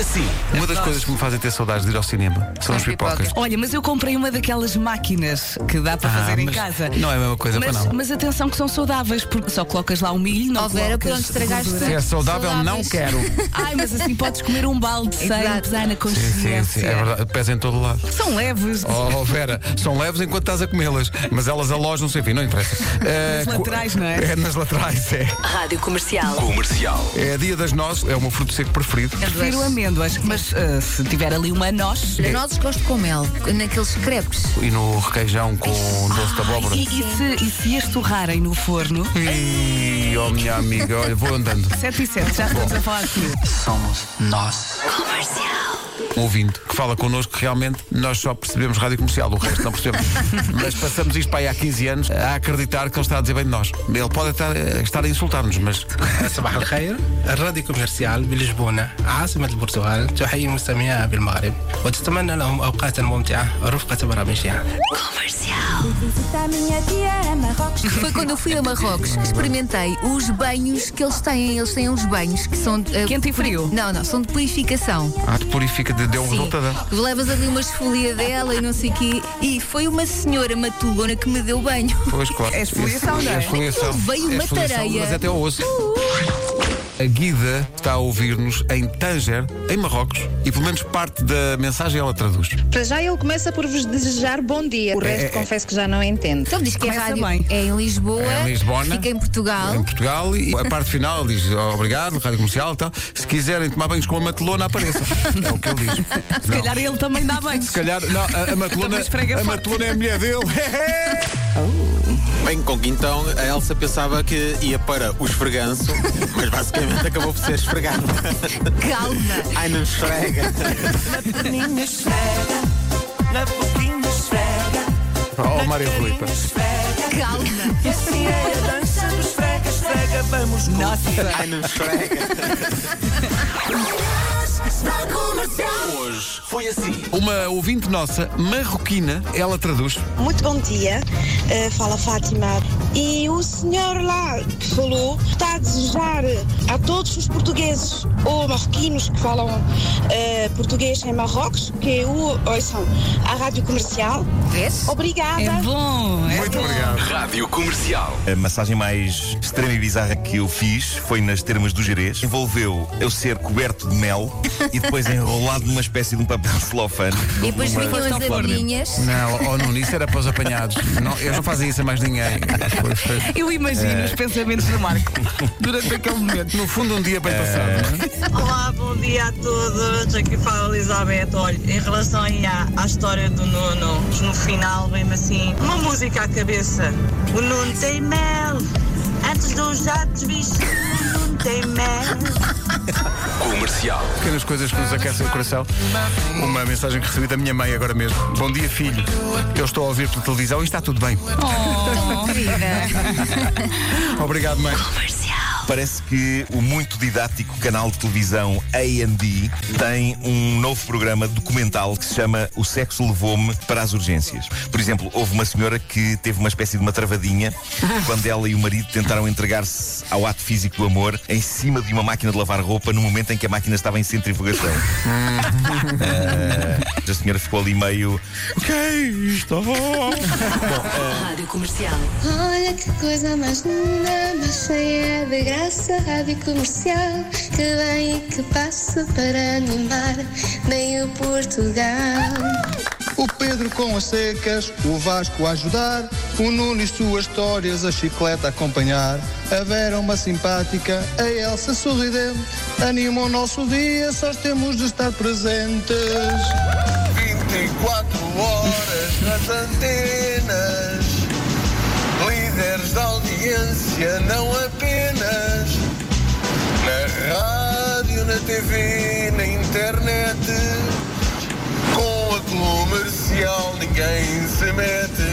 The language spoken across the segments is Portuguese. assim. Uma das coisas que me fazem ter saudades de ir ao cinema são as pipocas. Olha, mas eu comprei uma daquelas máquinas que dá para Ah, fazer em mas casa. não é a mesma coisa, mas, pois não. mas atenção que são saudáveis, porque só colocas lá o milho, não Ó Vera, pronto, colocas estragaste gordura. Se é saudável, não Saudáveis. quero. Ai, mas assim podes comer um balde sem Exato. pesar na Sim, consciência. sim, sim. É verdade. Pesa em todo lado. São leves. Oh, Vera, são leves enquanto estás a comê-las, mas elas alojam-se, enfim, não interessa. Eh, Nas co- laterais, não é? É, nas laterais, é. Rádio Comercial. Comercial. É dia das nozes, é o meu fruto seco preferido. Prefiro amêndoas, mas ah, se tiver ali uma noz. Olha, É nozes gosto com mel, naqueles crepes. E no requeijão com doce de abóbora. E, e se, e se estorrarem no forno? Ih, oh, minha amiga, olha, vou andando. 7 e 7, já estamos a falar comigo. Somos nós. Um ouvinte que fala connosco, realmente nós só percebemos rádio comercial, o resto não percebemos. mas passamos isto para aí há 15 anos a acreditar que ele está a dizer bem de nós. Ele pode estar, eh, estar a insultar-nos, mas صباح الخير الراديو كوميرسيال بلشبونة عاصمة البرتغال تحيي مستمعيها بالمغرب وتتمنى لهم أوقاتا ممتعة رفقة برامجها Visita a minha tia a Marrocos. Foi quando eu fui a Marrocos, experimentei os banhos que eles têm. Eles têm uns banhos que são. de, eh, Quente e frio. Não, não, são de purificação. ah, te purifica, de- deu um Sim. resultado. Levas ali uma esfolia dela e não sei o quê. E foi uma senhora matulona que me deu banho. Pois claro. É esfoliação, não é? É esfoliação. Aquilo veio É uma esfoliação, tareia. Mas até ao osso. Uh! A Guida está a ouvir-nos em Tanger, em Marrocos, e pelo menos parte da mensagem ela traduz. Para já ele começa por vos desejar bom dia. O resto confesso que já não entendo. Então diz que é Começa rádio. bem. É em Lisboa. É em Lisbona. Fica em Portugal. Em Portugal, e a parte final ela diz "Oh, obrigado, rádio comercial e tal. Se quiserem tomar banhos com a matelona, apareçam. É o que ele diz. Se calhar ele também dá bem. Se calhar, não, a, a matelona, Também esfrega a forte. matelona é a mulher dele. Bem, com que então a Elsa pensava que ia para o esfreganço, mas basicamente acabou por ser esfregado. Calma. Ai, não esfrega. oh, Mário Rui. pá. Calma. Ai, não esfrega. Hoje foi assim. Uma ouvinte nossa, marroquina, ela traduz. Muito bom dia, eh, fala Fátima. E o senhor lá que falou está a desejar a todos os portugueses ou marroquinos que falam eh, português em Marrocos que é o ouçam a rádio comercial. Vês? Obrigada. É bom, é Muito obrigado. Rádio Comercial. A massagem mais extrema e bizarra que eu fiz foi nas termas do Jerez. Envolveu eu ser coberto de mel e depois enrolado numa espécie de um papel celofane. E depois Uma- vinham as abelhinhas. Não, oh Nuno, isso era para os apanhados. Não, eles não fazem isso a mais ninguém. Pois, pois. Eu imagino É. os pensamentos do Marco. Durante aquele momento, no fundo, um dia bem passado. não é? Olá, bom dia a todos. Aqui fala Elizabeth. Olha, em relação aí à, à história do Nuno, no final vem-me assim uma música à cabeça. O Nuno tem mel, antes do já bichos, o Nuno tem mel. Comercial. Pequenas coisas que nos aquecem o coração. Uma mensagem que recebi da minha mãe agora mesmo. Bom dia, filho. Eu estou a ouvir pela televisão e está tudo bem. Oh, querida. Obrigado, mãe. Parece que o muito didático canal de televisão A&D tem um novo programa documental que se chama O Sexo Levou-me para as Urgências. Por exemplo, houve uma senhora que teve uma espécie de uma travadinha quando ela e o marido tentaram entregar-se ao ato físico do amor em cima de uma máquina de lavar roupa no momento em que a máquina estava em centrifugação. Ah, a senhora ficou ali meio... Ok, isto... Rádio Comercial. Olha que coisa mais linda, mas cheia de graça, rádio comercial, que vem e que passa para animar bem o Portugal. O Pedro com as secas, o Vasco a ajudar, o Nuno e suas histórias, a chicleta a acompanhar, a Vera uma simpática, a Elsa sorridente, anima o nosso dia, só temos de estar presentes. 24 horas nas antenas, líderes da audiência, não apenas na rádio, na TV, na internet. Com a comercial ninguém se mete.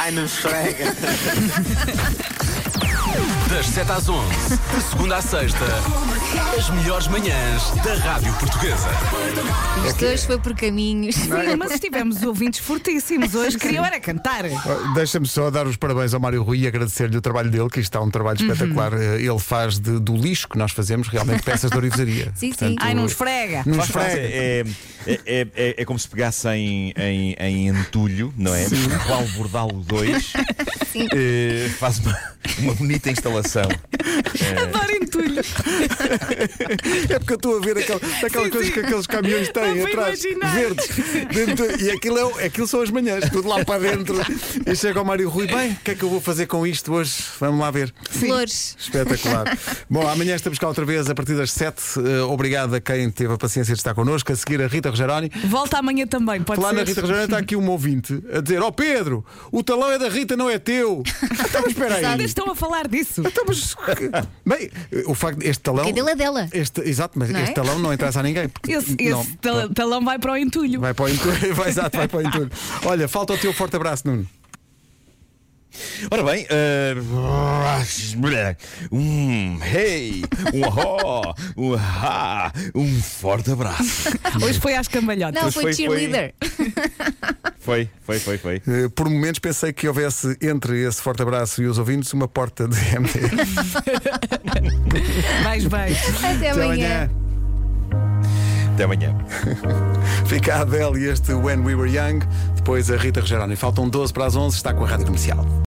Ai, não esfrega. Das 7 às 11, de segunda à sexta, as melhores manhãs da Rádio Portuguesa. Isto hoje foi por caminhos. é Sim, mas tivemos ouvintes fortíssimos hoje, queriam era cantar. Deixa-me só dar os parabéns ao Mário Rui e agradecer-lhe o trabalho dele, que isto está um trabalho Uhum. espetacular. Eh, Ele faz de- do lixo que nós fazemos realmente peças de orivesaria. Portanto, Ai, não esfrega. Não Faz parte, é, é, é, é- é como se pegasse em, em, em entulho, não é? Sim. Qual Bordalo 2 Sim. eh, faz uma, uma bonita instalação. Eh, Adoro entulho. É porque eu estou a ver aquela, aquela Sim, coisa sim. que aqueles caminhões têm Não fui atrás, imaginar. verdes. Dentro- e aquilo, é, o- aquilo são as manhãs, tudo lá para dentro. E chega o Mário Rui, bem, o que é que eu vou fazer com isto hoje? Vamos lá ver. Flores. Espetacular. Bom, amanhã estamos cá outra vez a partir das 7. Eh, obrigado a quem teve a paciência de estar connosco. A seguir a Rita Rogeroni. Volta amanhã também, pode Lá ser. na Rita Rogeroni está aqui um ouvinte a dizer: Ó Pedro, o talão é da Rita, não é teu. Então, mas espera Ainda aí. estão a falar disso. Então, mas, bem, eh, o facto este talão. É dele, é dela. Este, exato, mas Não é? este talão não interessa a ninguém. porque- Esse, não, esse tal- talão vai para o é entulho. vai para o entulho. Vai, exato, vai para o entulho. Olha, falta o teu forte abraço, Nuno. Ora bem, eh, um hey, um ahó, um ha, um forte abraço. Hoje foi às cambalhotas. Não, Mas foi foi- foi- cheerleader. Foi, foi, foi, foi. Eh, Por momentos pensei que houvesse entre esse forte abraço e os ouvintes uma porta de MD. Mais bem. Até amanhã. Até amanhã. Fica a Adele e este When We Were Young, depois a Rita Rogeroni. Faltam 12 para as 11, está com a rádio comercial.